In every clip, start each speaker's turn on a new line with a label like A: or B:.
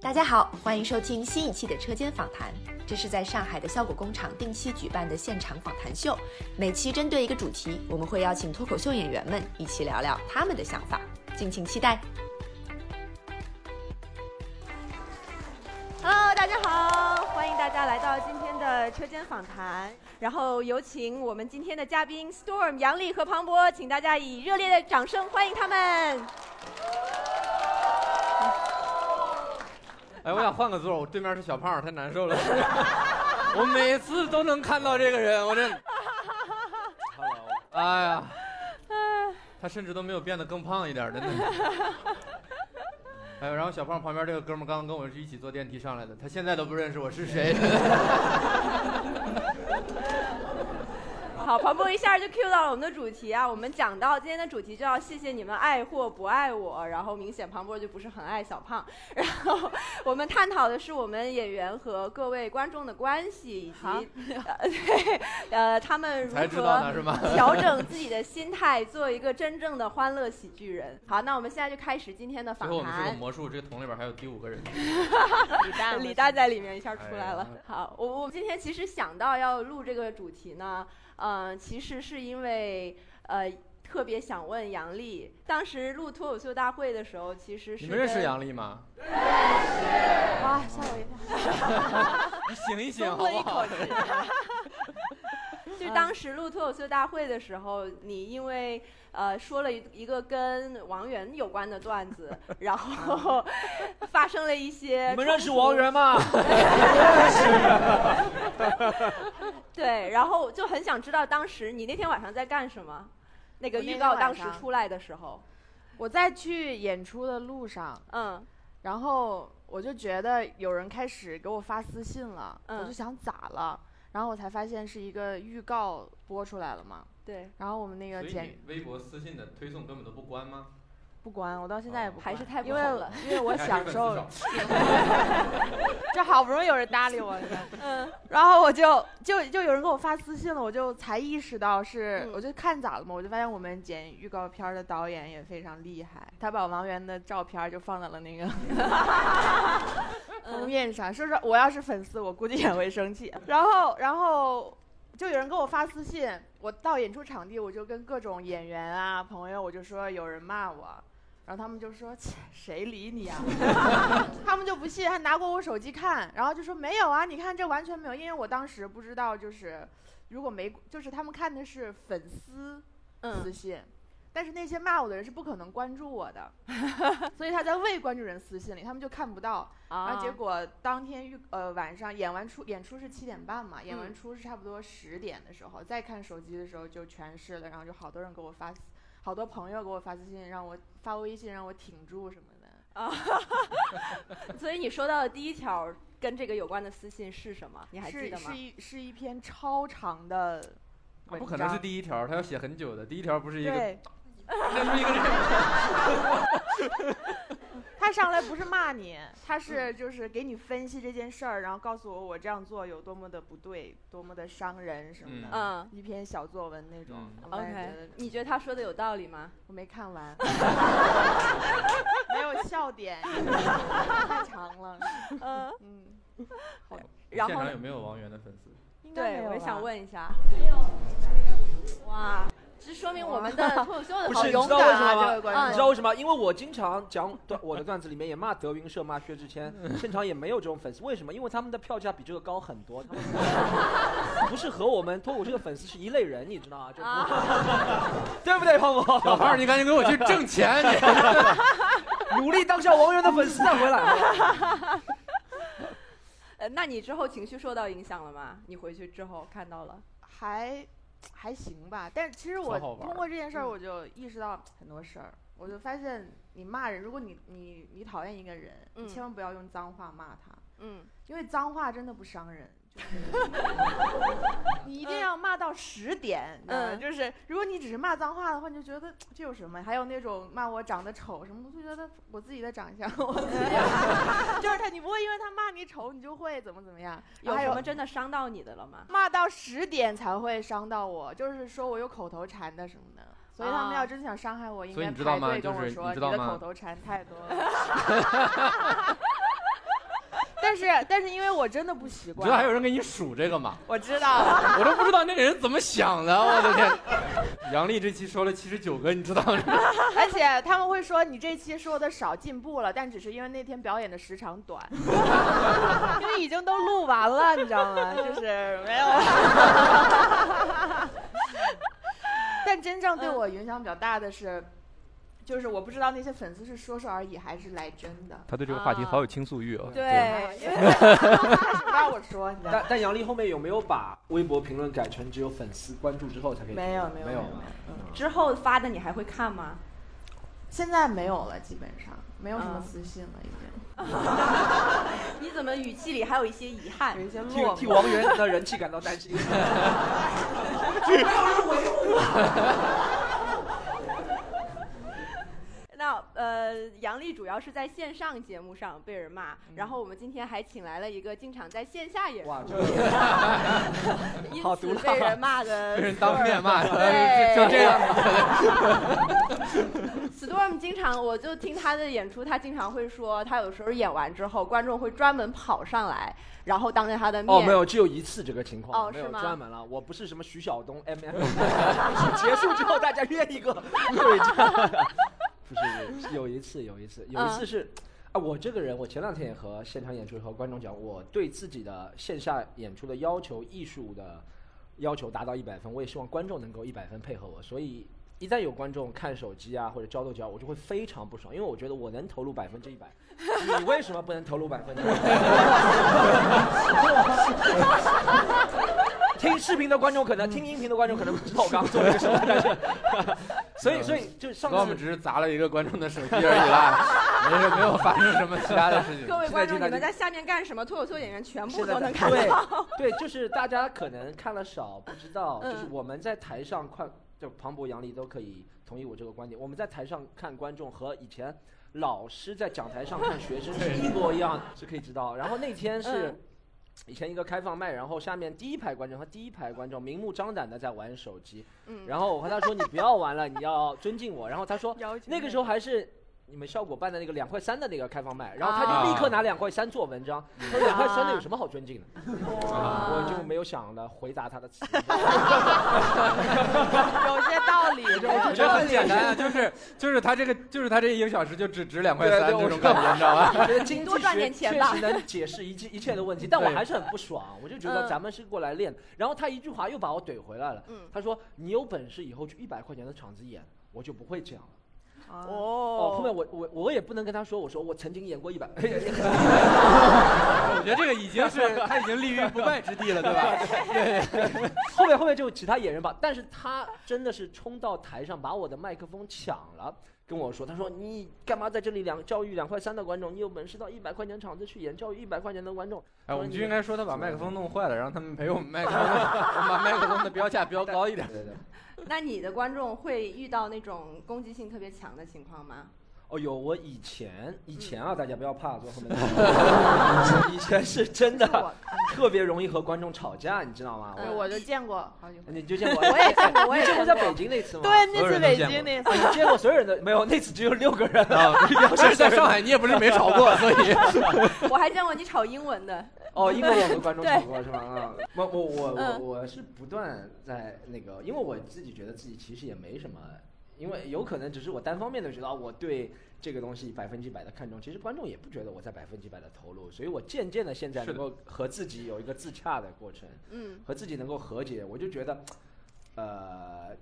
A: 大家好，欢迎收听新一期的车间访谈。这是在上海的效果工厂定期举办的现场访谈秀，每期针对一个主题，我们会邀请脱口秀演员们一起聊聊他们的想法，敬请期待。
B: Hello，大家好，欢迎大家来到今天的车间访谈。然后有请我们今天的嘉宾 Storm、杨丽和庞博，请大家以热烈的掌声欢迎他们。
C: 哎，我想换个座，我对面是小胖，太难 受了。我每次都能看到这个人，我这，哎呀，
B: 哎
C: 他甚至都没有变得更胖一点，真的。 还有，然后小胖旁边这个哥们儿刚刚跟我是一起坐电梯上来的，他现在都不认识我 是谁。
B: 好，庞博一下就 cue 到了我们的主题啊，我们讲到今天的主题就要谢谢你们爱或不爱我，然后明显庞博就不是很爱小胖，然后我们探讨的是我们演员和各位观众的关系，以及呃对呃他们如
C: 才知道呢
B: 何
C: 是吗
B: 调整自己的心态，做一个真正的欢乐喜剧人。好，那我们现在就开始今天的
C: 最
B: 访
C: 后我们是个
B: 谈。
C: 魔术，这个桶里边还有第五个人。
D: 李诞，
B: 李诞在里面一下出来了
C: 哎呀。
B: 好，我我今天其实想到要录这个主题呢，呃，其实是因为呃特别想问杨笠，当时录脱口秀大会的时候，其实是
C: 你们认识
B: 跟
C: 杨笠吗？
B: 啊，吓我一跳。
C: 你醒一 醒，
B: 松
C: 好
B: 了
C: 不
B: 一口
C: 好？
D: 哦
B: 气。 就当时录脱口秀大会的时候，你因为呃说了一一个跟王源有关的段子，然 后发生了一些
D: 你们认识
B: 哎冲突
D: 王源吗？
B: 对，然后就很想知道当时你那天晚上在干什么。那个
D: 我那
B: 预
D: 天
B: 告
D: 晚
B: 当时
D: 上
B: 出来的时候，
D: 我在去演出的路上，
B: 嗯，
D: 然后我就觉得有人开始给我发私信了，
B: 嗯
D: 我就想咋了？然后我才发现是一个预告播出来了嘛。
B: 对，
D: 然后我们那个
C: 所以
D: 简
C: 你微博私信的推送根本都不关吗？
D: 不关，我到现在也不关，
B: 还是太不
D: 因为
B: 好 了
D: 因为我享受，
C: 哦还是粉丝少
D: 这好不容易有人搭理我，你看
B: 嗯，
D: 然后我就就就有人给我发私信了，我就才意识到是，
B: 嗯
D: 我就看咋了嘛，我就发现我们剪预告片儿的导演也非常厉害，他把王源的照片儿就放到了那个 封面上，说实话，我要是粉丝，我估计也会生气。然后然后就有人给我发私信，我到演出场地，我就跟各种演员啊朋友，我就说有人骂我。然后他们就说：“切谁理你啊？”他们就不信，还拿过我手机看，然后就说：“没有啊，你看这完全没有，因为我当时不知道，就是如果没，就是他们看的是粉丝
B: 嗯
D: 私信，但是那些骂我的人是不可能关注 我的，所以他在未关注人私信里，他们就看不到。然
B: 啊
D: 后结果当天预呃晚上演完出演出是七点半嘛，演完
B: 嗯
D: 出是差不多十点的时候，再看手机的时候就全是了，然后就好多人给我发私，好多朋友给我发私信，让我发微信让我挺住什么的。
B: 所以你收到的第一条跟这个有关的私信是什么？你还记
D: 是
B: 得吗
D: 是？一是一篇超长的
C: 啊
D: 文章，
C: 不可能是第一条，他要写很久的。第一条不是一个，
D: 对，
C: 那不是一个人。
D: 他上来不是骂你，他
B: 嗯
D: 是就是给你分析这件事儿，然后告诉我我这样做有多么的不对，多么的伤人什么的。
B: 嗯
D: 一篇小作文那种
C: 嗯，
D: 我当时觉
B: ，OK，
D: 得
B: 你觉得他说的有道理吗？
D: 我没 看完，没有笑点，太长了。
B: 嗯，
D: 嗯，
B: 然
C: 现
B: 后
C: 场有
B: 呢
C: 没有王源的粉丝？
D: 应该没
B: 对，
D: 有
B: 我也
D: 吧
B: 想，问一下，哇，这说明我们的 脱口秀的
E: 不
D: 好
E: 是，你
D: 勇
E: 知道
D: 敢
E: 为什
D: 啊，
E: 么吗？
D: 这位
B: 嗯
D: 观
E: 你知
D: 众。
E: 道为什么？因为我经常讲段我的段子里面也骂德云社、骂薛之 谦，现场也没有这种粉丝。为什么？因为他们的票价比这个高很多，他们不是和我们脱口秀的粉丝是一类人，你知道吗？就
B: 啊，
E: 对不对，胖
C: 小胖，
E: 虎？
C: 你赶紧给我去挣钱！你
E: 努力当下王源的粉丝再 回来。
B: 呃那你之后情绪受到影响了吗？你回去之后看到了，
D: 还还行吧，但是其实我
C: 好好玩
D: 通过这件事儿，
B: 嗯
D: 我就意识到很多事儿。我就发现，你骂人，如果你你你讨厌一个人，
B: 嗯
D: 你千万不要用脏话骂他，
B: 嗯，
D: 因为脏话真的不伤人。就是 你一定要骂到十点，你知道吗
B: 嗯
D: 就是如果你只是骂脏话的话，你就觉得这有什么？还有那种骂我长得丑什么的，我就觉得我自己的长相，我自 己就是他，你不会因为他骂你丑，你就会怎么怎么样。
B: 有
D: 还
B: 什
D: 有
B: 么真的伤到你的了吗？
D: 骂到十点才会伤到我，就是说我有口头禅的什么的，所以他们
B: 啊
D: 要真想伤害我，应
C: 所以
D: 该
C: 你知道
D: 排
C: 吗
D: 队跟
C: 就是
D: 我
C: 你
D: 说
C: 知道
D: 的
C: 吗
D: 口头禅太多了。但是但是因为我真的不习
C: 你知道还有
D: 惯，
C: 人给你数这个吗？
D: 我知道，
C: 我都不知道那个人怎么想的，我的天！杨丽这期说了七十九个，你知道吗？
D: 而且他们会说你这期说的少，进步了，但只是因为那天表演的时长短， 因为已经都录完了，你知道吗？就是 没有。但真正对我影响比较大的是，就是我不知道那些粉丝是说说而已还是来真的，
F: 他对这个话题好有倾诉欲哦。
B: 对， 因为
D: 他是不让我说，你知道吗
E: 但？但杨笠后面有没有把微博评论改成只有粉丝关注之后才可以评论？
D: 没有没有没
E: 没
D: 有
B: 之后发的你还会看吗？
D: 现在没有了，基本上没有什么
B: 嗯
D: 私信了，已经
B: 你怎么语气里还有一些遗憾
D: 有？一些落
E: 替替
D: 寞。
E: 王源的人气感到担心。
B: 那呃，杨笠主要是在线上节目上被人骂，然后我们今天还请来了一个经常在线下演
E: 嗯哇，
B: 出，
E: 这
B: 因
E: 好
B: 此
E: 毒辣啊
B: 被人骂的
C: 被人当面骂的，
B: 对
C: 就这样 吗。
B: Storm 经常，我就听他的演出，他经常会说，他有时候演完之后，观众会专门跑上来，然后当着他的面。
E: 哦，没有，只有一次这个情况，
B: 哦
E: 没有
B: 是吗
E: 专门了。我不是什么徐晓东 M M，结束之后大家约一个，对，这样的不是是有一次，有一次，有一
B: 嗯
E: 次是。啊，我这个人，我前两天也和现场演出和观众讲，我对自己的线下演出的要求，艺术的要求达到一百分，我也希望观众能够一百分配合我。所以，一旦有观众看手机啊或者交头接耳，我就会非常不爽，因为我觉得我能投入百分之一百，你为什么不能投入百分之百？ 听视频的观众可能，听音频的观众可能不知道我刚刚做了一个什么，但是， 所以所以就上
C: 那我们
E: 次
C: 只是砸了一个观众的手机而已啦，没有没有发生什么其他的事情。
B: 各位观众，
E: 现在
B: 你
E: 就
B: 们在下面干什么？脱口秀演员全部
E: 现在
B: 都
E: 的
B: 能看到。
E: 对对，就是大家可能看了少，不知道，
B: 嗯
E: 就是我们在台上看，就庞博、杨笠都可以同意我这个观点。我们在台上看观众和以前老师在讲台上看学生是一模一样，是可以知道。然后那天是
B: 嗯
E: 以前一个开放麦，然后下面第一排观众和第一排观众明目张胆的在玩手机，
B: 嗯，
E: 然后我和他说：“你不要玩了，你要尊敬我。”然后他说：“
D: 要求
E: 那个时候还是你们效果办的那个两块三的那个开放麦，然后他
C: 啊
E: 就立刻拿两块三做文章，
B: 嗯
E: 他说两块三的有什么好尊敬的？
B: 啊
E: 我就没有想了回答他 的词，
D: 有些道理，
C: 我觉得很简单啊，就是就是他这个就是他这一个小时就只值两块
E: 对
C: 三
E: 对我
C: 这种感觉，你知道吧？
E: 我觉得经济
B: 多赚
E: 学
B: 点钱
E: 确
B: 吧
E: 实能解释一切一切的问题，但我
C: 对
E: 还是很不爽，我就觉得
B: 嗯
E: 咱们是过来练的。然后他一句话又把我怼回来了
B: 嗯，
E: 他说：“你有本事以后去一百块钱的场子演，我就不会这样了。”
D: 哦，
B: 哦
E: 哦，后面我我我也不能跟他说，我说我曾经演过一百，
C: 我觉得这个已经是他已经立于不败之地了，对吧？
E: 后面后面就有其他演员吧，但是他真的是冲到台上把我的麦克风抢了，跟我说，他说
B: 嗯
E: 你干嘛在这里两教育两块三的观众，你有本事到一百块钱场子去演教育一百块钱的观众，
C: 哎，我们就应该说他把麦克风弄坏了，让他们赔我们麦克风，我们把麦克风的标价标高一点
E: 对。对对，
B: 那你的观众会遇到那种攻击性特别强的情况吗？
E: 哦有我以前以前啊，大家不要怕，坐后面 的，以前是真的特别容易和观众吵架，你知道吗？
B: 嗯
E: 我
D: 我就见过好几 回。
E: 你就见过，
B: 我也见过，我也
E: 你见过
B: 见
E: 在北京那次吗？
D: 对，
C: 所有人
D: 那次北
C: 都见
D: 京
C: 过
D: 那次，
E: 啊，你见过所有人的没有？那次只有六个人。
C: 啊，但 是在上海你也不是没吵过，所以
B: 过，我还见过你炒英文的。
E: 哦，英国有个观众
B: 对
E: 吵过是吗？啊，我我我我
B: 嗯
E: 我是不断在那个，因为我自己觉得自己其实也没什么，因为有可能只是我单方面的觉得啊我对这个东西百分之百的看重，其实观众也不觉得我在百分之百的投入，所以我渐渐的现在
C: 是
E: 能
C: 的
E: 够和自己有一个自洽的过程，
B: 嗯
E: 和自己能够和解，我就觉得，呃，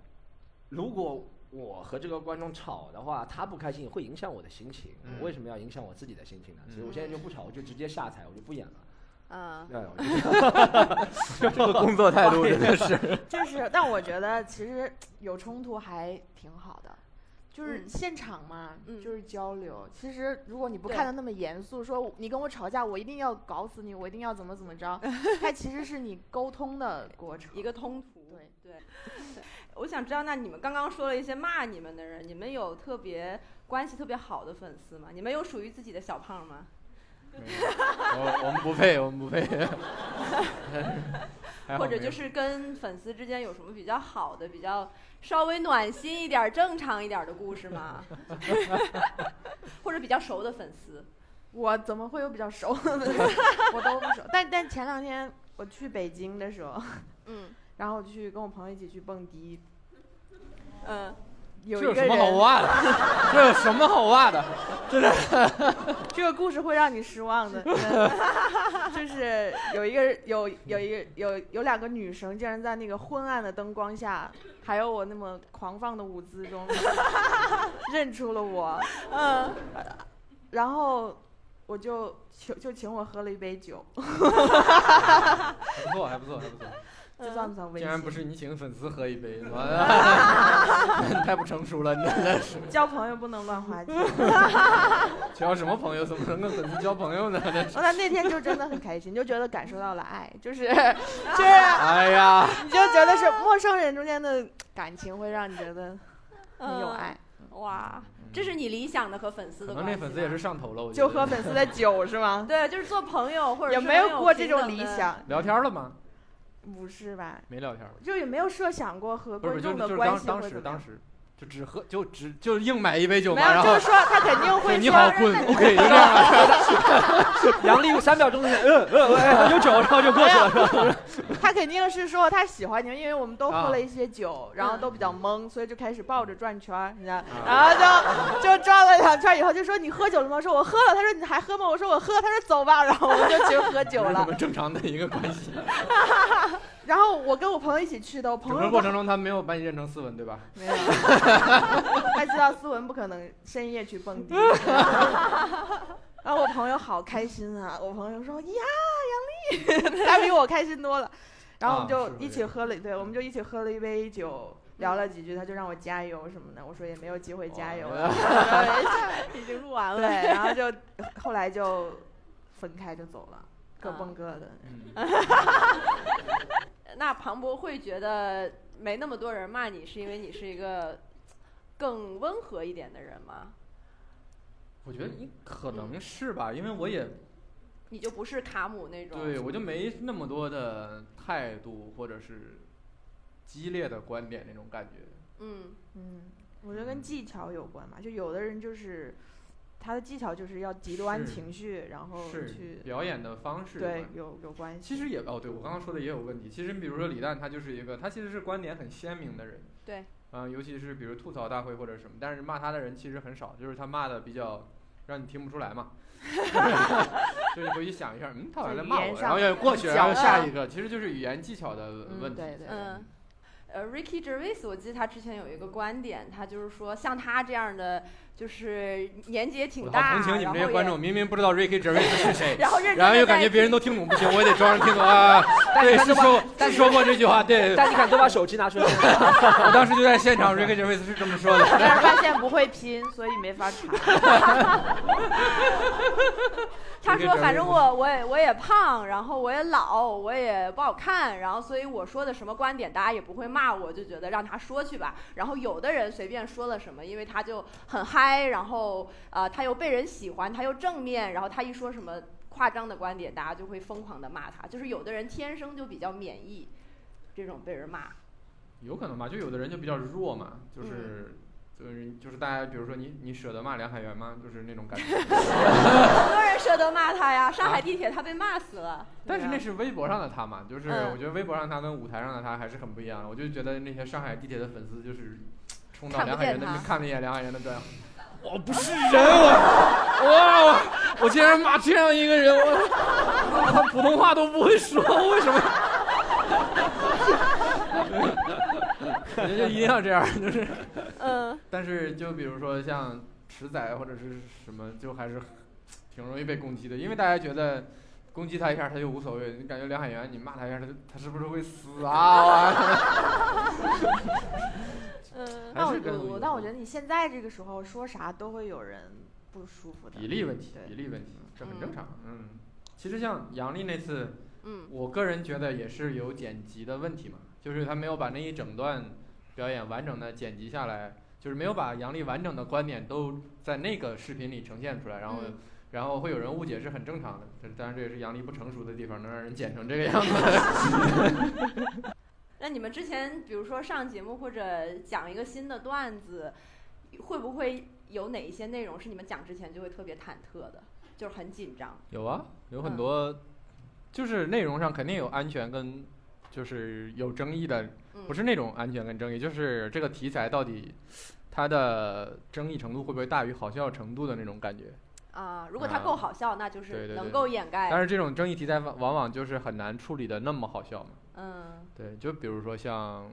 E: 如果。我和这个观众吵的话，他不开心会影响我的心情。
C: 嗯
E: 我为什么要影响我自己的心情呢？所以我现在就不吵，我就直接下台，我就不演了。
B: 嗯，
E: 对，我就
C: 这个工作态度真的是。
D: 就是，但我觉得其实有冲突还挺好的，就是
B: 嗯
D: 现场嘛，
B: 嗯
D: 就是交流。其实如果你不
B: 对
D: 看的那么严肃，说你跟我吵架，我一定要搞死你，我一定要怎么怎么 着，它其实是你沟通的过程。
B: 一个通途。
D: 对
B: 对，我想知道，那你们刚刚说了一些骂你们的人，你们有特别关系特别好的粉丝吗？你们有属于自己的小胖吗？
C: 我我们不配，我们不 配。还好
B: 或者
C: 没
B: 就
C: 有
B: 是跟粉丝之间有什么比较好的、比较稍微暖心一 点儿、正常一点儿的故事吗？或者比较熟的粉丝？
D: 我怎么会有比较熟？ 我都不熟。但但前两天我去北京的时候，
B: 嗯
D: 然后我去跟我朋友一起去蹦迪，
B: 嗯，
D: 有
C: 这有
D: 一个
C: 什么好
D: 人，
C: 哇的？ 这有什么好哇的？
D: 这个故事会让你失望的，真的 就是有一个有有一个有有两个女生竟然在那个昏暗的灯光下，还有我那么狂放的舞姿中 认出了我，嗯，然后我就请就请我喝了一杯酒，
C: 还不错，还不错，还不错。
D: 这
B: 嗯
D: 算不算温
C: 竟
D: 馨？
C: 然不是你请粉丝喝一 杯，我你太不成熟了，你 真的是。
D: 交朋友不能乱 花钱。
C: 交什么朋友？怎么能跟粉丝交朋友呢？真是。
D: 哦，那那天就真的很开心，就觉得感受到了爱，就是就是，
C: 哎呀，
D: 你就觉得是陌生人中间的感情会让你觉得很有
B: 嗯
D: 爱，
B: 哇，这是你理想的和粉丝
C: 嗯
B: 的
C: 可能
B: 关系。
C: 那粉丝也是。上头了，我觉
D: 就
C: 得。
D: 喝粉丝的酒是吗？
B: 对，就是做朋友或者
D: 有
B: 是
D: 没
B: 能有
D: 过这
B: 平
D: 种
B: 等
D: 理
B: 的？
D: 想？
C: 聊天了吗？
D: 不是吧？
C: 没聊天儿。
D: 就也没有设想过和
C: 不是，
D: 观
C: 不是，就是就
D: 众的
C: 是
D: 关
C: 当
D: 系会
C: 当
D: 怎
C: 时
D: 么
C: 当
D: 样。
C: 时就只喝就只就是硬买一杯酒嘛，
D: 没有，
C: 然
D: 就
C: 后
D: 是说他肯 定
C: 就
D: 会
C: 你好
D: 说，
C: 困，OK 就这样了。
E: 杨丽三秒钟的，嗯嗯，哎有酒，然后就过去了，是吧？
D: 他肯定是说他喜欢你，因为我们都
C: 啊
D: 喝了一些酒，然后
B: 嗯
D: 都比较懵，所以就开始抱着转圈儿，你知道，然
C: 啊
D: 后就就转了两圈以后，就说你喝酒了吗？我说我喝了。他说你还喝吗？我说我喝。他说走吧，然后我们就去喝酒
C: 这是我
D: 了。
C: 们正常的一个关系。
D: 然后我跟我朋友一起去的，我
C: 整
D: 朋
C: 个
D: 友
C: 过程中他没有把你认成斯文，对吧？
D: 没有，他知道思文不可能深夜去蹦迪。然后我朋友好开心啊！我朋友说呀，杨丽，他 比我开心多了。然后我
C: 啊
D: 们就是
C: 会
D: 一起喝了，对，我们就一起喝了一杯酒，聊了几句，他就让我加油什么的，我说也没有机会加油了，
B: 已经录完
D: 对，
B: 了。
D: 然后就后来就分开就走了，各
B: 啊
D: 蹦各的。
C: 嗯，
B: 那庞博会觉得没那么多人骂你，是因为你是一个更温和一点的人吗？
C: 我觉得你可能是吧，因为我也
B: 你就不是卡姆那种？
C: 对我就没那么多的态度或者是激烈的观点那种感觉。
B: 嗯
D: 嗯，我觉得跟技巧有关嘛，就有的人就是他的技巧就是要极端
C: 是
D: 情绪，然后
C: 是
D: 哦去
C: 表演的方式
D: 对
C: 吧
D: 有有关系。
C: 其实也哦，对我刚刚说的也有问题。其实你比如说李诞，他就是一个他其实是观点很鲜明的人，
B: 对，
C: 嗯、尤其是比如吐槽大会或者什么，但是骂他的人其实很少，就是他骂的比较让你听不出来 嘛， 就是你回去想一下，嗯，他好像在骂
D: 在语言
C: 我，
D: 上
C: 然后又过去，
D: 比较
C: 然后下一个，其实就是语言技巧的
D: 嗯
C: 问题。
D: 对对
B: 嗯。呃，Ricky Gervais，我记得他之前有一个观点，他就是说，像他这样的，就是年纪也挺
C: 我
B: 大，，
C: 好同情你们这些观众，明明不知道 Ricky Gervais 是谁
B: 然后认真地
C: 然后又感
B: 在
C: 觉别人都听懂不行，我也得装着听懂 啊。对，是说是说过这句 话，对，
E: 但你敢都把手机拿出来，
C: 我当时就在现场，Ricky Gervais 是这么说的。
D: 但是发现不会拼，所以没法查。
B: 他
C: 这
B: 说
C: 个，
B: 反正
C: 真是
B: 我我也我也胖，然后我也老，我也不好看，然后所以我说的什么观点，大家也不会骂我，就觉得让他说去吧。然后有的人随便说了什么，因为他就很嗨，然后呃他又被人喜欢，他又正面，然后他一说什么夸张的观点，大家就会疯狂的骂他。就是有的人天生就比较免疫这种被人骂。
C: 有可能吧，就有的人就比较弱嘛，就是、就是就是大家，比如说你你舍得骂梁海源吗？就是那种 感觉。
B: 很多人舍得骂他呀，上海地铁他被骂死了。
C: 但是
B: 对
C: 那
B: 吧
C: 是微博上的他嘛，就是
B: 嗯
C: 我觉得微博上他跟舞台上的他还是很不一样的。我就觉得那些上海地铁的粉丝就是冲到
B: 看不
C: 梁海源
B: 见
C: 那
B: 他
C: 边看了一眼梁海源的表演，我不是人，我哇我我竟然骂这样一个人，我我他普通话都不会说，为什么？我觉得就一定要这样，就是。
B: 嗯
C: 但是就比如说像池仔或者是什么，就还是挺容易被攻击的，因为大家觉得攻击他一下他就无所谓，你感觉梁海源你骂他一下他就他是不是会死啊？
B: 嗯，
C: 还
D: 那
C: 是
D: 我
C: 跟我
D: 我
C: 有
D: 但我
C: 关
D: 觉得你现在这个时候说啥都会有人不舒服的。
C: 比例问题，比
D: 对，
C: 例问题，这很正常。嗯，其实像杨笠那次，
B: 嗯
C: 我个人觉得也是有剪辑的问题嘛，就是他没有把那一整段表演完整的剪辑下来，就是没有把杨笠完整的观点都在那个视频里呈现出来，然后、
B: 嗯
C: 然后会有人误解是很正常的，但当然这也是杨笠不成熟的地方，能让人剪成这个样子。
B: 那你们之前比如说上节目或者讲一个新的段子，会不会有哪一些内容是你们讲之前就会特别忐忑的？就是很紧张。
C: 有啊，有很
B: 嗯
C: 多，就是内容上肯定有安全跟就是有争议的，
B: 嗯
C: 不是那种安全跟争议，就是这个题材到底它的争议程度会不会大于好笑程度的那种感觉。
B: 啊、如果它
C: 啊
B: 够好笑，那就
C: 对
B: 是
C: 对对
B: 能够掩盖。
C: 但是这种争议题材往往往就是很难处理的那么好笑嘛。
B: 嗯
C: 对，就比如说像，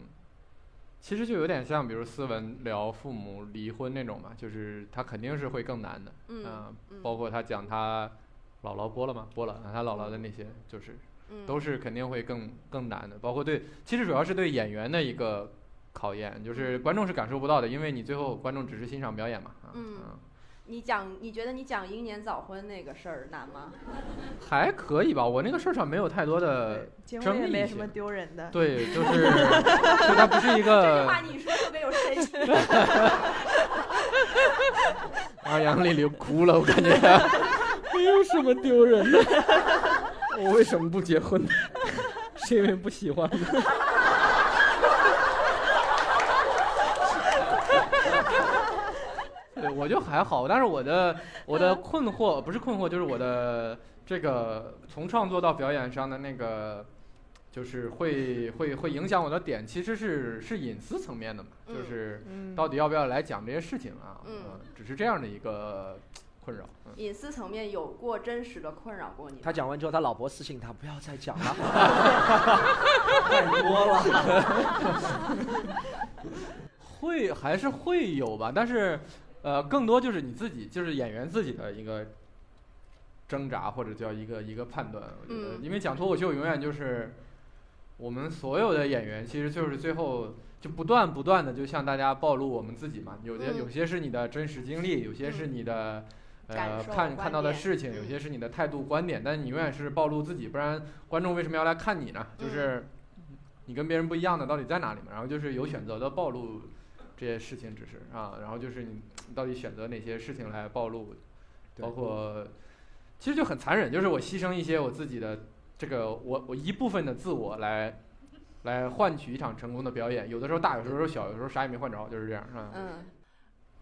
C: 其实就有点像，比如斯文聊父母离婚那种嘛，就是他肯定是会更难的，
B: 嗯
C: 啊
B: 嗯，
C: 包括他讲他姥姥播了嘛，播了，啊他姥姥的那些就是
B: 嗯
C: 都是肯定会更更难的，包括对，其实主要是对演员的一个考验，就是观众是感受不到的，因为你最后观众只是欣赏表演嘛，啊
B: 嗯
C: 啊
B: 你讲，你觉得你讲英年早婚那个事儿难吗？
C: 还可以吧，我那个事儿上没有太多的，
D: 结
C: 争
D: 婚也
C: 议
D: 没
C: 呃一
D: 什
C: 些
D: 么丢人的。
C: 对，就是就它不是一
B: 这 句
C: 个
B: 话你说特别有深意。
C: 啊，杨丽丽哭了，我感觉 没有什么丢人的。我为什么不结婚呢？是因为不喜欢吗？ 对，我就还好，但是我的我的困惑不是困惑，就是我的这个从创作到表演上的那个，就是会会会影响我的点，其实是是隐私层面的嘛，就
B: 嗯
C: 是。
D: 嗯，
C: 到底要不要来讲这些事情啊？
B: 嗯
C: 呃，只是这样的一个困扰。嗯，
B: 隐私层面有过真实的困扰过你吗？
E: 他讲完之后，他老婆私信他不要再讲 了，太多了。
C: 会还是会有吧，但是，呃，更多就是你自己，就是演员自己的一个挣扎或者叫一个一个判断。我觉得，
B: 嗯
C: 因为讲脱口秀永远就是我们所有的演员，其实就是最后就不断不断的就向大家暴露我们自己嘛。有些、
B: 嗯
C: 有些是你的真实经历，有些是你的。
B: 感
C: 呃，
B: 受
C: 看
B: 观
C: 看到的
B: 点
C: 事情，
B: 嗯
C: 有些是你的态度、观点，但你永远是暴露自己，不然观众为什么要来看你呢？就是
B: 嗯
C: 你跟别人不一样的到底在哪里嘛？然后就是有选择的暴露这些事情，只是啊，然后就是你你到底选择哪些事情来暴露，
E: 对
C: 包括其实就很残忍，就是我牺牲一些我自己的这个我我一部分的自我来来换取一场成功的表演，有的时候大，有的时候小，有时候啥也没换着，就是这样啊。
B: 嗯，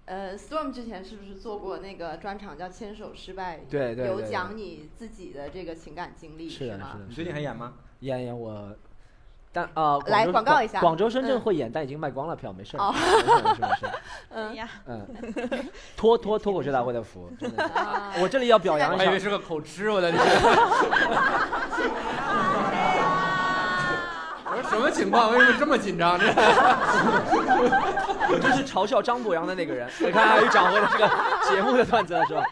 B: 呃，Storm 之前是不是做过那个专场叫《牵手失败》？
E: 对对对，
B: 有
E: 对
B: 讲你自己的这个情感经历
E: 是的，是
B: 吗？
E: 的。
C: 近还演吗？
E: 演演我，但啊，广
B: 来
E: 州
B: 广告一下
E: 广州、深圳
B: 嗯
E: 会演，但已经卖光了票，没事儿，
B: 哦
E: 没事儿没事儿没事儿。
D: 哎
B: 嗯，
D: 呀，
E: 嗯， 托托脱口秀大会的福，真的是
B: 啊
E: 我这里要表扬
C: 我
E: 一
C: 还以为
E: 下，
C: 是个口吃，我的天！我说什么情况？为什么这么紧张？这
E: 我就是嘲笑张博洋的那个 人。你看，啊又掌握了这个节目的段子了，是吧？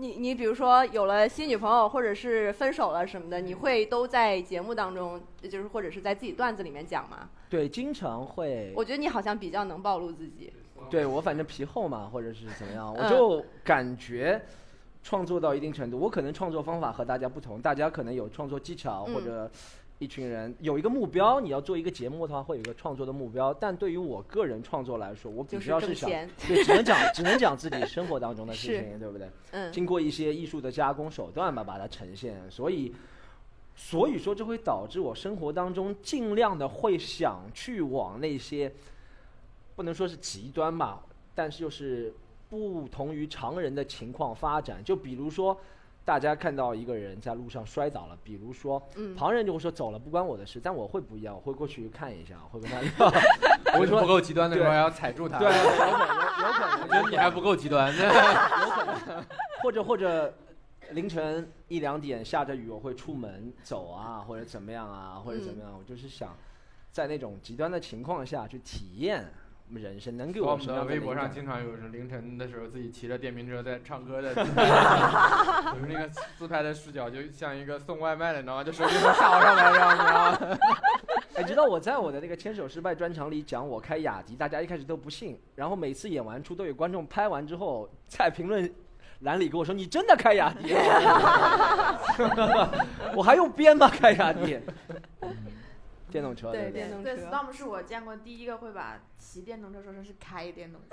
B: 你你比如说有了新女朋友，或者是分手了什么的，你
E: 嗯
B: 会都在节目当中，呃就是或者是在自己段子里面讲吗？
E: 对，经常会
B: 我觉得你好像比较能暴露自己。
E: 对我反正皮厚嘛，或者是怎么样，
B: 嗯
E: 我就感觉创作到一定程度，我可能创作方法和大家不同，大家可能有创作技巧
B: 嗯
E: 或者。一群人有一个目标，你要做一个节目的话，会有一个创作的目标。但对于我个人创作来说，我比
B: 就是
E: 较
B: 挣
E: 是想，
B: 钱
E: 对，只能讲，只能讲自 己生活当中的事
B: 是
E: 情，对不对？
B: 嗯
E: 经过一些艺术的加工手段吧，把它呈现。所以，所以说这会导致我生活当中尽量的会想去往那些，不能说是极端吧，但是就是不同于常人的情况发展。就比如说，大家看到一个人在路上摔倒了，比如说
B: 嗯，
E: 旁人就会说走了不关我的事，但我会不一样，我会过去看一下，我会跟他聊。
C: 我不够极端的时候
E: 对
C: 要踩住他。
E: 对，有可能，有可能，
C: 我觉得你还不够极端。
E: 或者或者凌晨一两点下着雨，我会出门走啊，或者怎么样啊，或者
B: 嗯
E: 怎么样，我就是想在那种极端的情况下去体验人生，能给
C: 我
E: 我
C: 们
E: 什么
C: 哦的
E: 样的
C: 微
E: 灵
C: 博上
E: 感？
C: 经常有人凌晨的时候自己骑着电瓶车在唱歌 的，就是那个自拍的视角，就像一个送外卖的，你知道吗？就手机从下往上来这样子，然后
E: 哎，知道我在我的那个牵手失败专场里讲我开雅迪，大家一开始都不信，然后每次演完出都有观众拍完之后在评论。栏里跟我说你真的开雅迪、啊， 我还用编吗？开雅迪，电动车
B: 嗯对
E: 对
B: 电动
D: 对
B: 车
D: ，Storm 是我见过第一个会把骑电动车说成是开 电动车，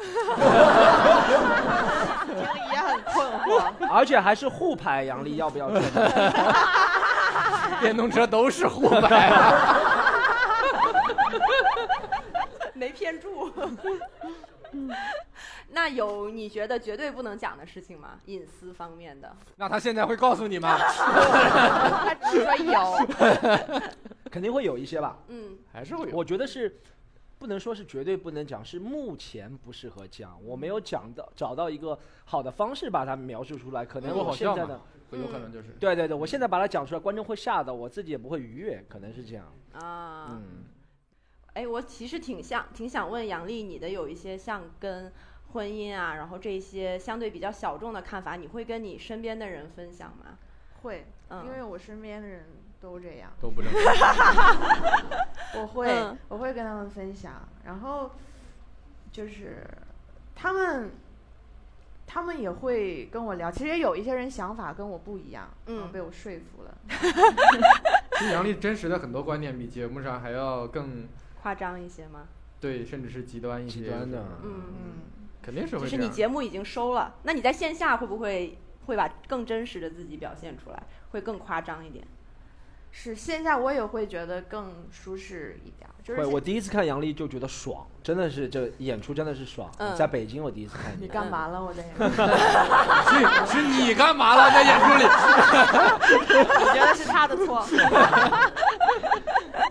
D: 这个也很困惑。
E: 而且还是互拍杨笠要不要去？
C: 电动车都是互拍。
B: 没骗住。 那有你觉得绝对不能讲的事情吗？隐私方面的，
C: 那他现在会告诉你吗？
D: 他只说有，
E: 肯定会有一些吧。
B: 嗯，
C: 还是会有？
E: 我觉得是，不能说是绝对不能讲，是目前不适合讲。我没有讲到找到一个好的方式把它描述出来，可能
C: 不
E: 我
C: 好
E: 现
C: 笑
E: 在
C: 嘛
E: 的，
C: 有可能就是。
E: 对对对，我现在把它讲出来，观众会吓到，我自己也不会愉悦，可能是这样。
B: 啊，
E: 嗯，
B: 哎，我其实挺像，挺想问杨丽，你的有一些像跟婚姻啊，然后这些相对比较小众的看法，你会跟你身边的人分享吗？
D: 会，因
B: 嗯
D: 为我身边的人都这样，
C: 都不正常，
D: 我会、
B: 嗯
D: 我会跟他们分享，然后就是他们他们也会跟我聊，其实有一些人想法跟我不一样，然后
B: 嗯
D: 被我说服了，
C: 就杨笠真实的很多观点比节目上还要更
B: 夸张一些吗？
C: 对，甚至是极端一些。
E: 极端的
B: 嗯，
D: 嗯，
C: 肯定是
B: 就
C: 会
B: 是
C: 这
B: 你
C: 样。
B: 节目已经收了，那你在线下会不会会把更真实的自己表现出来，会更夸张一点？
D: 是线下我也会觉得更舒适一点，就是
E: 会。
D: 现
E: 我第一次看杨笠就觉得爽，真的是这演出真的是爽。
B: 嗯
E: 在北京我第一次看
D: 你
E: 你，
D: 干嘛了？ 我在演出，
C: 是是你干嘛了？在演出里，
D: 我觉得是他的错。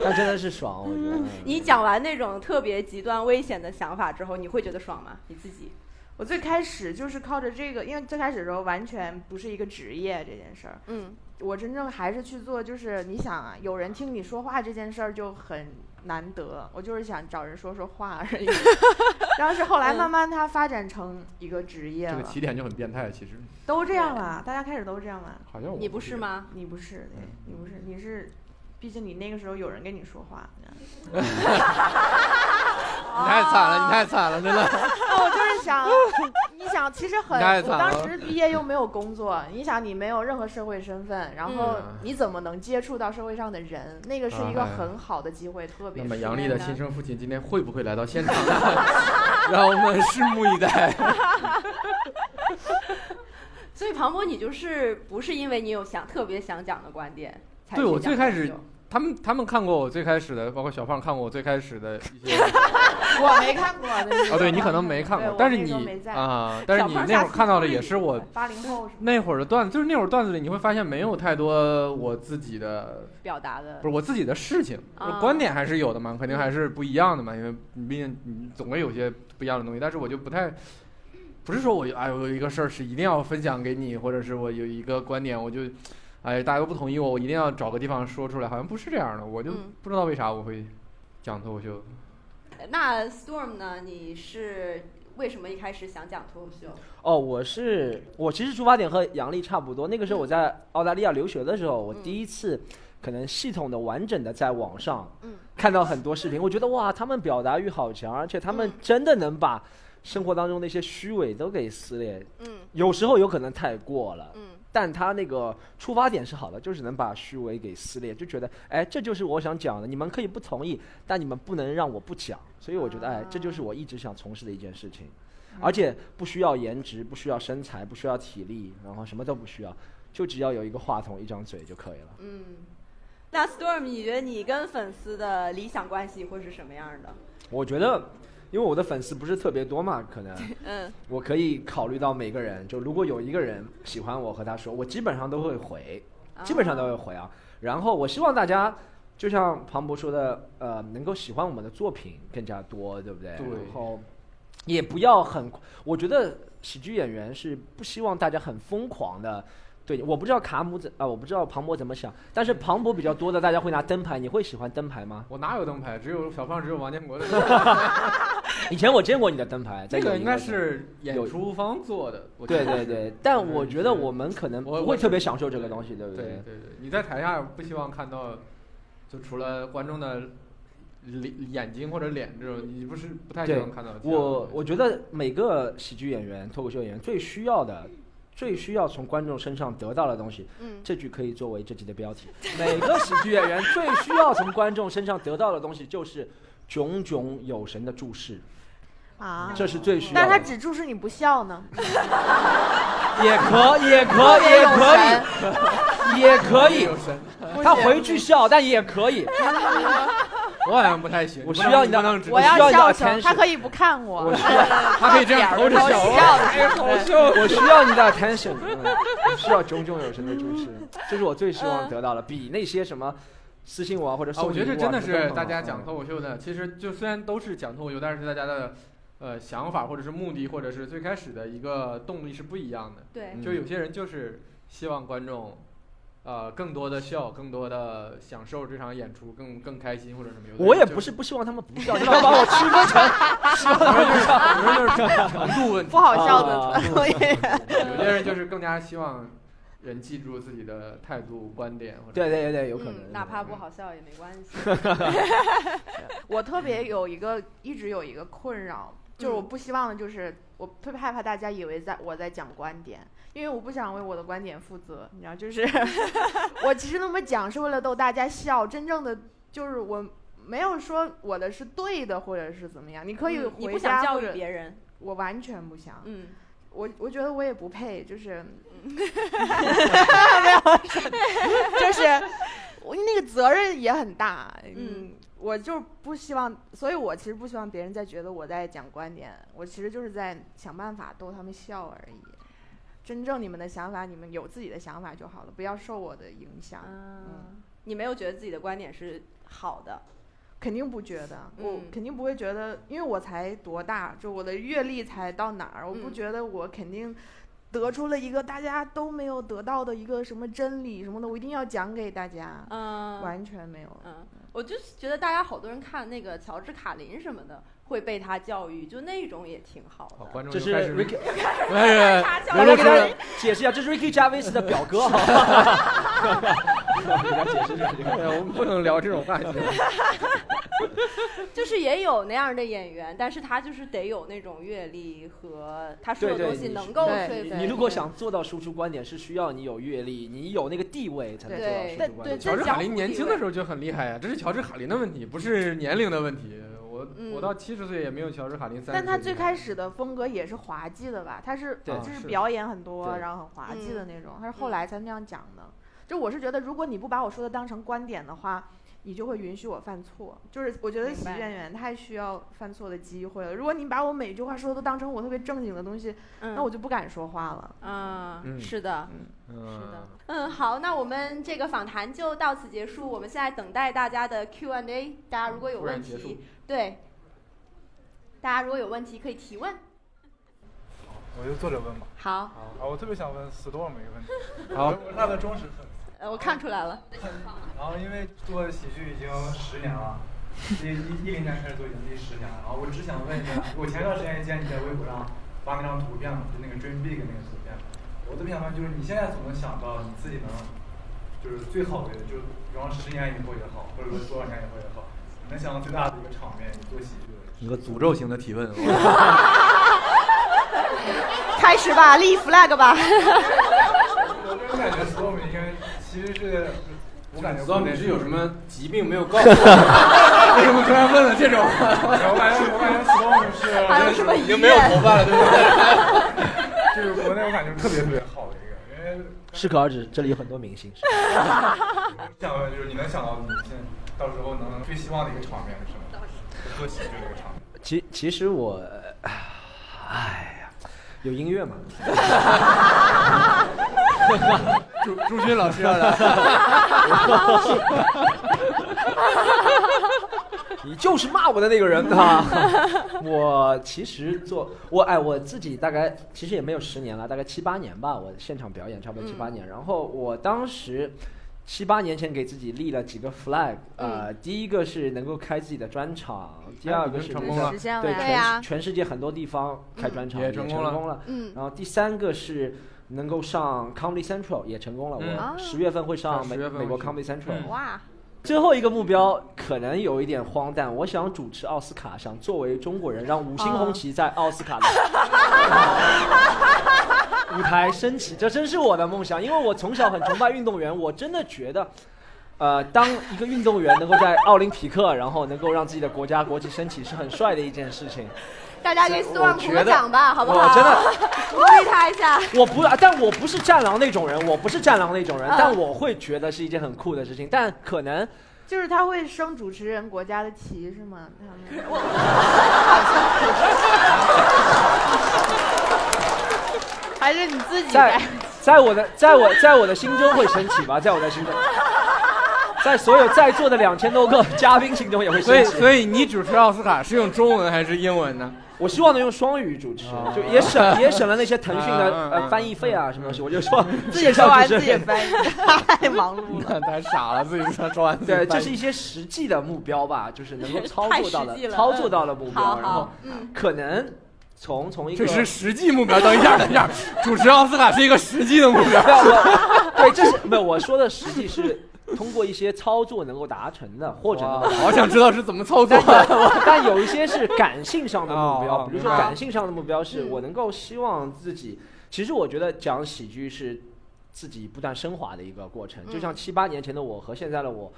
E: 但真的是爽，我觉得。
B: 你讲完那种特别极端危险的想法之后，你会觉得爽吗？你自己？
D: 我最开始就是靠着这个，因为最开始的时候完全不是一个职业这件事儿，
B: 嗯
D: 我真正还是去做，就是你想啊，有人听你说话这件事儿就很难得，我就是想找人说说话而已。然后是后来慢慢它发展成一个职 业
C: 这个
D: 了，
C: 起点就很变态，其实
D: 都这样了，大家开始都这样了。
C: 好哦像我，
B: 你不是？吗？
D: 你不是，
C: 嗯
D: 对你不是，你是，毕竟你那个时候有人跟你说话。啊
C: 你太惨了，你太惨了，真的。
D: 我就是想，你想，其实很，
C: 太
D: 我
C: 惨了
D: 当时毕业又没有工作，你想你没有任何社会身份，然后
C: 嗯
D: 你怎么能接触到社会上的人？那个是一个
C: 啊哎
D: 很好的机会，特别
C: 那么
D: 是
C: 杨笠的
D: 那
C: 亲生父亲今天会不会来到现场 呢？让我们拭目以 待。
B: 所以庞博，你就是不是因为你有想特别想讲的观点才
C: 对
B: 去
C: 我
B: 讲
C: 最开
B: 脱口
C: 始
B: 秀，
C: 他们他们看过我最开始的，包括小胖看过我最开始的一 些。
D: 我没看过，
C: 啊，对你可能没看过，但是你啊，但是你那会儿看到的也是我
D: 八零后是吗
C: 那会儿的段子，就是那会儿段子里你会发现没有太多我自己的，
B: 表达的
C: 不是我自己的事情，
B: 啊
C: 观点还是有的嘛，肯定还是不一样的嘛，因为你毕竟你总会有些不一样的东西，但是我就不太。不是说我哎，我有一个事儿是一定要分享给你，或者是我有一个观点，我就，哎，大家都不同意我，我一定要找个地方说出来，好像不是这样的，我就
B: 嗯
C: 不知道为啥我会讲脱口秀。
B: 那 Storm 呢？你是为什么一开始想讲脱口秀？
E: 哦，我是我其实出发点和杨笠差不多。那个时候我在澳大利亚留学的时候，我第一次可能系统的、完整的在网上
B: 嗯
E: 看到很多视频，我觉得哇，他们表达欲好强，而且他们真的能把生活当中那些虚伪都给撕裂。
B: 嗯
E: 有时候有可能太过了，
B: 嗯
E: 但他那个出发点是好的，就是能把虚伪给撕裂，就觉得哎，这就是我想讲的，你们可以不同意，但你们不能让我不讲。所以我觉得哎，这就是我一直想从事的一件事情，而且不需要颜值，不需要身材，不需要体力，然后什么都不需要，就只要有一个话筒、一张嘴就可以了。
B: 嗯。那 Storm，你觉得你跟粉丝的理想关系会是什么样的？
E: 我觉得，因为我的粉丝不是特别多嘛，可能
B: 嗯
E: 我可以考虑到每个人。就如果有一个人喜欢我，和他说，我基本上都会回，基本上都会回啊。然后我希望大家，就像庞博说的，呃，能够喜欢我们的作品更加多，对不对？
C: 对
E: 然后也不要很，我觉得喜剧演员是不希望大家很疯狂的。对，我不知道卡姆怎啊、我不知道庞博怎么想，但是庞博比较多的，大家会拿灯牌，你会喜欢灯牌吗？
C: 我哪有灯牌？只有小胖，只有王建国的。
E: 以前我见过你的灯牌，在
C: 这个
E: 有一
C: 应该
E: 地方
C: 是演
E: 有
C: 出方做的。我觉
E: 对
C: 得
E: 对
C: 是
E: 对，但我觉得
C: 嗯是
E: 我们可能
C: 我
E: 不
C: 我
E: 会
C: 是
E: 特别享受这个东西，对不
C: 对对对，你在台下不希望看到，就除了观众的脸、眼睛或者脸这种，你不是不太希
E: 对
C: 望看到这样的东西。
E: 我我觉得每个喜剧演员、脱口秀演员最需要的、最需要从观众身上得到的东西，
B: 嗯
E: 这句可以作为这集的标题。每个喜剧演员最需要从观众身上得到的东西就是炯炯有神的注视，
D: 啊，
E: 这是最需要
D: 但
E: 的。
D: 是他只注视你不笑呢，
E: 也可也可
D: 别
E: 也
D: 有
E: 可
D: 神
E: 以也可以
C: 有神，
E: 他回去笑，但也可以。
C: 我好像不太行。
E: 我
C: 不
E: 需
C: 能
E: 要你
C: 不
E: 的
C: 能直
D: 我
E: 需
D: 要
E: 要你的
D: 笑声，
E: attention
D: 他可以不看我，
E: 我需
C: 他可以这样
D: 到
C: 头
D: 点
C: 着
D: 儿
C: 小我
D: 头笑的
C: 哎呀，好笑。
E: 我需要你的 attention，嗯我需要炯炯有神的注视，这是我最希望得到的，比那些什么私信我啊或者
C: 啊，
E: 送
C: 我觉得这
E: 礼物啊
C: 真的
E: 都更
C: 是
E: 好
C: 大家
E: 嗯
C: 讲脱口秀的，其实就虽然都是讲脱口秀，但是大家的呃想法或者是目的或者是最开始的一个动力是不一样的。
B: 对
E: 嗯
C: 就有些人就是希望观众。呃，更多的笑，更多的享受这场演出，更更开心或者什么。有的人
E: 我也
C: 就
E: 不是不希望他们不笑，你要把我区分成希望他们不 笑。
C: 有的人就是程度 问题
D: 不，好笑
E: 啊
D: 的脱口演员。
C: 有些人就是更加希望人记住自己的态度、观点或者。
E: 对对对对，有可能。有可
B: 嗯，哪
E: 能
B: 怕不好笑也没关系。
D: 我特别有一个一直有一个困扰，就是我不希望的就是我特别害怕大家以为在我在讲观点，因为我不想为我的观点负责，你知道，就是 我其实那么讲是为了逗大家笑，真正的就是我。没有说我的是对的，或者是怎么样，你可以
B: 嗯你不
D: 回
B: 想
D: 家
B: 教
D: 或
B: 育
D: 者
B: 别人，
D: 我完全不想，
B: 嗯，
D: 我我觉得我也不配，就是 就是我那个责任也很大，
B: 嗯
D: 嗯，我就不希望，所以我其实不希望别人再觉得我在讲观点，我其实就是在想办法逗他们笑而已。真正你们的想法，你们有自己的想法就好了，不要受我的影响。
B: 啊，你没有觉得自己的观点是好的，
D: 肯定不觉得，我
B: 嗯
D: 肯定不会觉得，因为我才多大，就我的阅历才到哪儿，我不
B: 嗯
D: 觉得我肯定得出了一个大家都没有得到的一个什么真理什么的，我一定要讲给大家，
B: 嗯，
D: 完全没有。
B: 嗯，我就是觉得大家好多人看那个乔治卡林什么的，会被他教育，就那种也挺好
C: 好，
B: 的。
C: 观众
E: 这
C: 就是开始
E: Ricky，
C: 哎
B: 他教
E: 我
B: 育
E: 来
C: 流
E: 给
C: 露出
E: 大家
C: 了
E: 解释一下，这是 Ricky Gervais 的表哥， 好吧？给大家解释一下这个。
C: 哎我们不能聊这种 话题。
B: 就是也有那样的演员，但是他就是得有那种阅历和他说
E: 对
B: 的
E: 对，
B: 东西
E: 你
B: 能
E: 是
B: 够
D: 对
B: 说
D: 对
B: 服
E: 你
D: 对
E: 如果想做到输出观点，是需要你有阅历，你有那个地位才能做
B: 对
E: 到输出观
D: 对
E: 点。
D: 对
C: 乔治卡林年轻的时候就很厉害呀、啊这是乔治卡林的问题，不是年龄的问题。我、
B: 嗯
C: 我到七十岁也没有乔治卡林三十岁厉害。
D: 但他最开始的风格也是滑稽的吧？他是
E: 对
D: 就是
C: 是
D: 表演很多，
E: 对
D: 然后很滑稽的那种。他是
B: 嗯
D: 后来才那样讲的。就我是觉得，如果你不把我说的当成观点的话，你就会允许我犯错。就是我觉得
B: 明
D: 喜
B: 白
D: 剧演员太需要犯错的机会了。如果你把我每一句话说的都当成我特别正经的东西，
B: 嗯，
D: 那我就不敢说话了。
B: 啊、
C: 嗯
B: 是的，
C: 嗯
B: 是的，嗯，好，那我们这个访谈就到此结束。我们现在等待大家的 Q&A，大家如果有
C: 突然
B: 问
C: 结束
B: 题，，对，大家如果有问题可以提问。
F: 我就坐着问吧。
B: 好，
F: 啊，我特别想问 Storm 一个问题，
C: 好
F: 我是他的忠实粉丝。
B: 呃，我看出来了，
F: 然后因为做喜剧已经十年了，一一一零年开始做已经第十年了。然后我只想问一下，我前段时间见你在微博上发那张图片嘛，就那个 Dream Big 那个图片，我特别想问，就是你现在怎么想到你自己能，就是最好的，就是比方十年以后也好，或者说多少年以后也好，你能想到最大的一个场面，你做喜剧的。
C: 一个诅咒型的提问。
D: 开始吧，立 flag 吧。
F: 我个人感觉 Storm 应该其实是，我感觉
C: 知道你是有什么疾病没有告诉我？ 为什么突然问了这种？
F: 我感觉我感觉 Storm 是
B: 还有什么
C: 已
B: 疑
C: 经没有
B: 问？
C: 头发了，对不对？
F: 就是国内我感觉特别特别好的一个，因为
E: 适可而止，这里有很多明星。
F: 我想问就是你能想到你现在到时候能最希望的一个场面是什么？做喜剧的一个场面。
E: 其其实我，哎呀，有音乐嘛？
C: 朱朱军老师要来，
E: 你就是骂我的那个人啊！ 我其实做我哎，我自己大概其实也没有十年了，大概七八年吧。我现场表演差不多七八年，然后我当时七八年前给自己立了几个 flag，呃，第一个是能够开自己的专场，第二个是
C: 哎成功
E: 能够
C: 了
D: 实现了
E: 对
D: 呀。
B: 对啊呀
E: 全全世界很多地方开专场
C: 嗯也
E: 成
C: 成功了
E: 了
B: 嗯
E: 然后第三个是能够上 Comedy Central 也成功了，
C: 嗯
E: 我十月份会上
C: 上
E: 美
C: 10月份
E: 美国
C: 会
E: Comedy
C: 去
E: Central。
C: 嗯
B: 哇，
E: 最后一个目标可能有一点荒诞，我想主持奥斯卡，想作为中国人让五星红旗在奥斯卡的舞台升起，这真是我的梦想，因为我从小很崇拜运动员，我真的觉得。呃，当一个运动员能够在奥林匹克，然后能够让自己的国家国旗升起，是很帅的一件事情。
B: 大家给
E: 是
B: 斯万
E: 我
B: 鼓
E: 觉
B: 个
E: 得
B: 掌吧，好不好？
E: 我真的
B: 鼓励他一下。
E: 我不，但我不是战狼那种人，我不是战狼那种人，
B: 嗯
E: 但我会觉得是一件很酷的事情。但可能
D: 就是他会升主持人国家的旗是吗？他 们我还是你 自己
E: 在
D: 来。
E: 在我的在我在我的心中会升起吧，在我的心中，在所有在座的两千多个嘉宾心中也会
C: 所以
E: 升起。
C: 所以你主持奥斯卡是用中文还是英文呢？
E: 我希望能用双语主持
C: 哦，
E: 就也省也省了那些腾讯的
C: 嗯嗯
E: 呃
C: 嗯
E: 翻译费啊什么东西。我就说
D: 自己说完自己翻译，太忙碌了。
C: 那 太傻了，自己说说完自己
E: 对，
C: 翻
E: 这
C: 译
E: 是一些实际的目标吧，就是能够操
B: 太
E: 作到
B: 实际
E: 的
B: 了
E: 操作到的目
B: 好
E: 标，然后
B: 好，嗯，
E: 可能从从一个
C: 这是实际目标。等一下，等一下，主持奥斯卡是一个实际的目标。
E: 没有我对，这是没有我说的实际是通过一些操作能够达成的，或者能够
C: 哇 好想知道是怎么操作
E: 但
C: 的。
E: 有但有一些是感性上的目
C: 哦
E: 标，
C: 哦
E: 比如说
C: 明白
E: 感性上的目标是我能够希望自己，其实我觉得讲喜剧是自己不断升华的一个过程，就像七八年前的我和现在的我。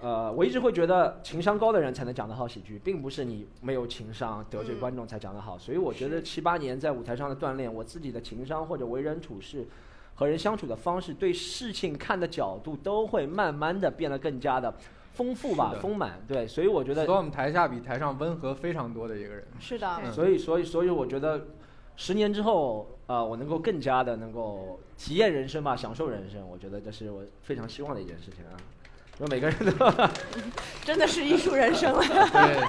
E: 呃，我一直会觉得情商高的人才能讲得好喜剧，并不是你没有情商得罪观众才讲得好。所以我觉得七八年在舞台上的锻炼，我自己的情商或者为人处事、和人相处的方式、对事情看的角度，都会慢慢的变得更加的丰富吧
C: 是、的
E: 丰满。对，所以我觉得
C: 所以我们台下比台上温和非常多的一个人。
B: 是的，
C: 嗯
E: 所以，所以，所以，我觉得十年之后，啊，我能够更加的能够体验人生吧，享受人生，我觉得这是我非常希望的一件事情啊。因为每个人都
B: 真的是艺术人生了。啊
C: 嗯对，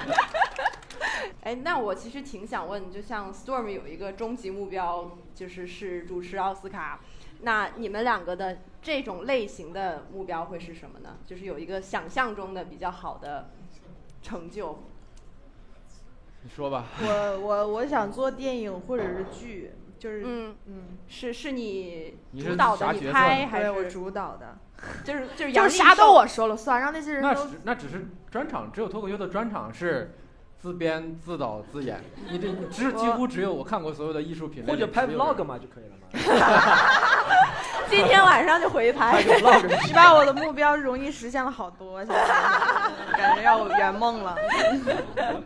B: 哎，那我其实挺想问，就像 Storm 有一个终极目标，就是是主持奥斯卡，那你们两个的这种类型的目标会是什么呢？就是有一个想象中的比较好的成就。
C: 你说吧。
D: 我我我想做电影或者是剧，就是
B: 嗯，
D: 嗯，
B: 是是你
C: 你是
B: 主导
C: 啥
B: 的，你
C: 角色
B: 拍
C: 呢
B: 还
D: 对
B: 是
D: 我主导的，
B: 就是就是
D: 就
B: 杨
D: 是
B: 笠
D: 啥
B: 受
D: 都我说了算，让那些人
C: 那
D: 都
C: 只那只是专场，只有脱口秀的专场是自编自导自演。你这你只几乎只有我看过所有的艺术品类
E: 或者
C: 里
E: 拍
C: 只有人
E: vlog 嘛就可以了嘛。
B: 今天晚上就回
E: 拍
B: 拍。
E: 个 vlog，
D: 哎你把我的目标容易实现了好多， 现在感觉要圆梦了。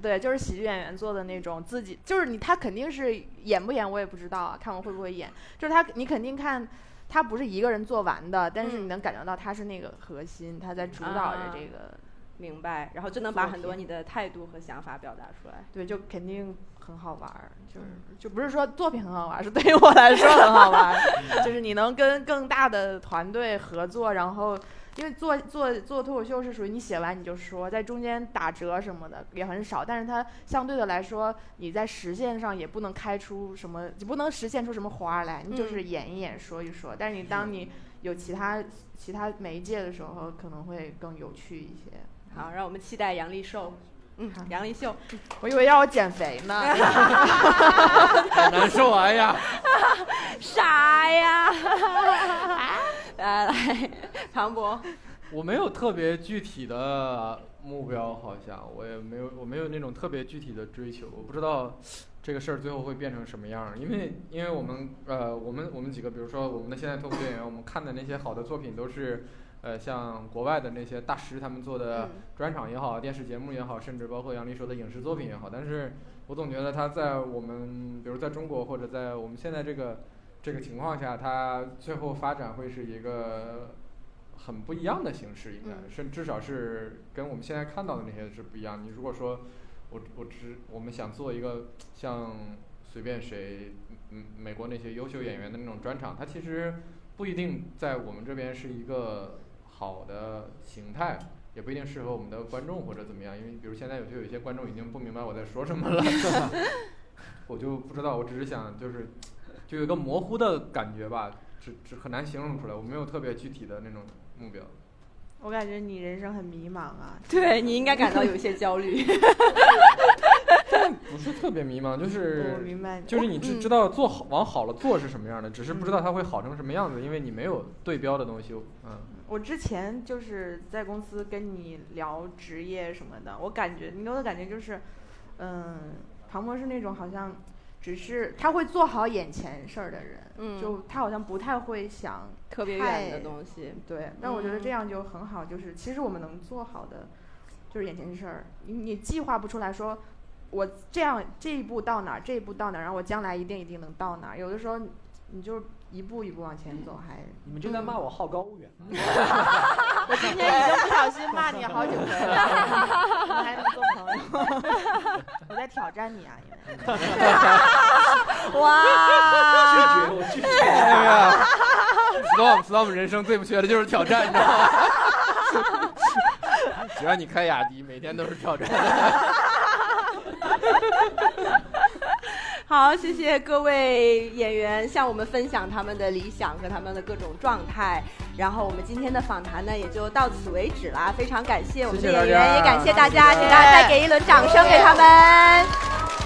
D: 对，就是喜剧演员做的那种，自己就是你，他肯定是演不演我也不知道啊，看我会不会演。就是他，你肯定看他不是一个人做完的，但是
B: 嗯
D: 你能感觉到他是那个核心，他在主导着
B: 啊
D: 这个，
B: 明白，然后就能把很多你的态度和想法表达出来。
D: 对，就肯定很好玩儿。就是就不是说作品很好玩儿，是对于我来说很好玩儿，就是你能跟更大的团队合作，然后因为做做做脱口秀是属于你写完你就说，在中间打折什么的也很少，但是它相对的来说，你在实现上也不能开出什么，你不能实现出什么花儿来，你就是演一演说一说。但是你当你有其他其他媒介的时候，可能会更有趣一些。
B: 好，让我们期待杨丽秀。嗯，杨丽秀，
D: 我以为要我减肥呢，
C: 好难受啊！哎呀，
B: 傻呀！ 来来，庞博，
C: 我没有特别具体的目标，好像我也没有，我没有那种特别具体的追求，我不知道这个事儿最后会变成什么样儿。因为，因为我们呃，我们我们几个，比如说我们的现在脱口秀演员，我们看的那些好的作品都是。呃，像国外的那些大师他们做的专场也好，电视节目也好，甚至包括杨笠说的影视作品也好，但是我总觉得他在我们，比如在中国或者在我们现在这个这个情况下，它最后发展会是一个很不一样的形式，应该
B: 嗯
C: 甚至少是跟我们现在看到的那些是不一样。你如果说我我只我们想做一个像随便谁，嗯，美国那些优秀演员的那种专场，它其实不一定在我们这边是一个好的形态。也不一定适合我们的观众或者怎么样，因为比如现在有就有一些观众已经不明白我在说什么了， 我就不知道，我只是想就是就有一个模糊的感觉吧，只只很难形容出来。我没有特别具体的那种目标。
D: 我感觉你人生很迷茫啊。
B: 对你应该感到有一些焦 虑。
C: 不是特别迷茫，就
D: 我
C: 是
D: 明白你，
C: 就是你知
B: 嗯
C: 知道做好往好了做是什么样的，只是不知道
D: 嗯
C: 它会好成什么样子，因为你没有对标的东西。嗯，
D: 我之前就是在公司跟你聊职业什么的，我感觉你给我的感觉就是，嗯，庞博是那种好像只是他会做好眼前事儿的人，
B: 嗯
D: 就他好像不太会想
B: 特别远的东西，
D: 对，但我觉得
B: 嗯
D: 这样就很好，就是其实我们能做好的就是眼前事儿，你你计划不出来说。我这样这一步到哪儿，这一步到哪儿，然后我将来一定一定能到哪儿。有的时候你，你就一步一步往前走，还
E: 你们就在骂我好高骛远。
D: 我今天已经不小心骂你好几回了，你还能做朋 友？我在挑战你啊，因为
C: 啊
E: 拒绝，我拒绝。
C: 哎呀，storm storm 人生最不缺的就是挑战，你知道吗？ 只要你开雅迪，每天都是挑战。
B: 好，谢谢各位演员向我们分享他们的理想和他们的各种状态。然后我们今天的访谈呢，也就到此为止啦。非常感谢我们的
C: 谢谢大
B: 演员，
C: 家
B: 也感谢大家，
C: 谢谢
B: 请大家再给一轮掌声给他们。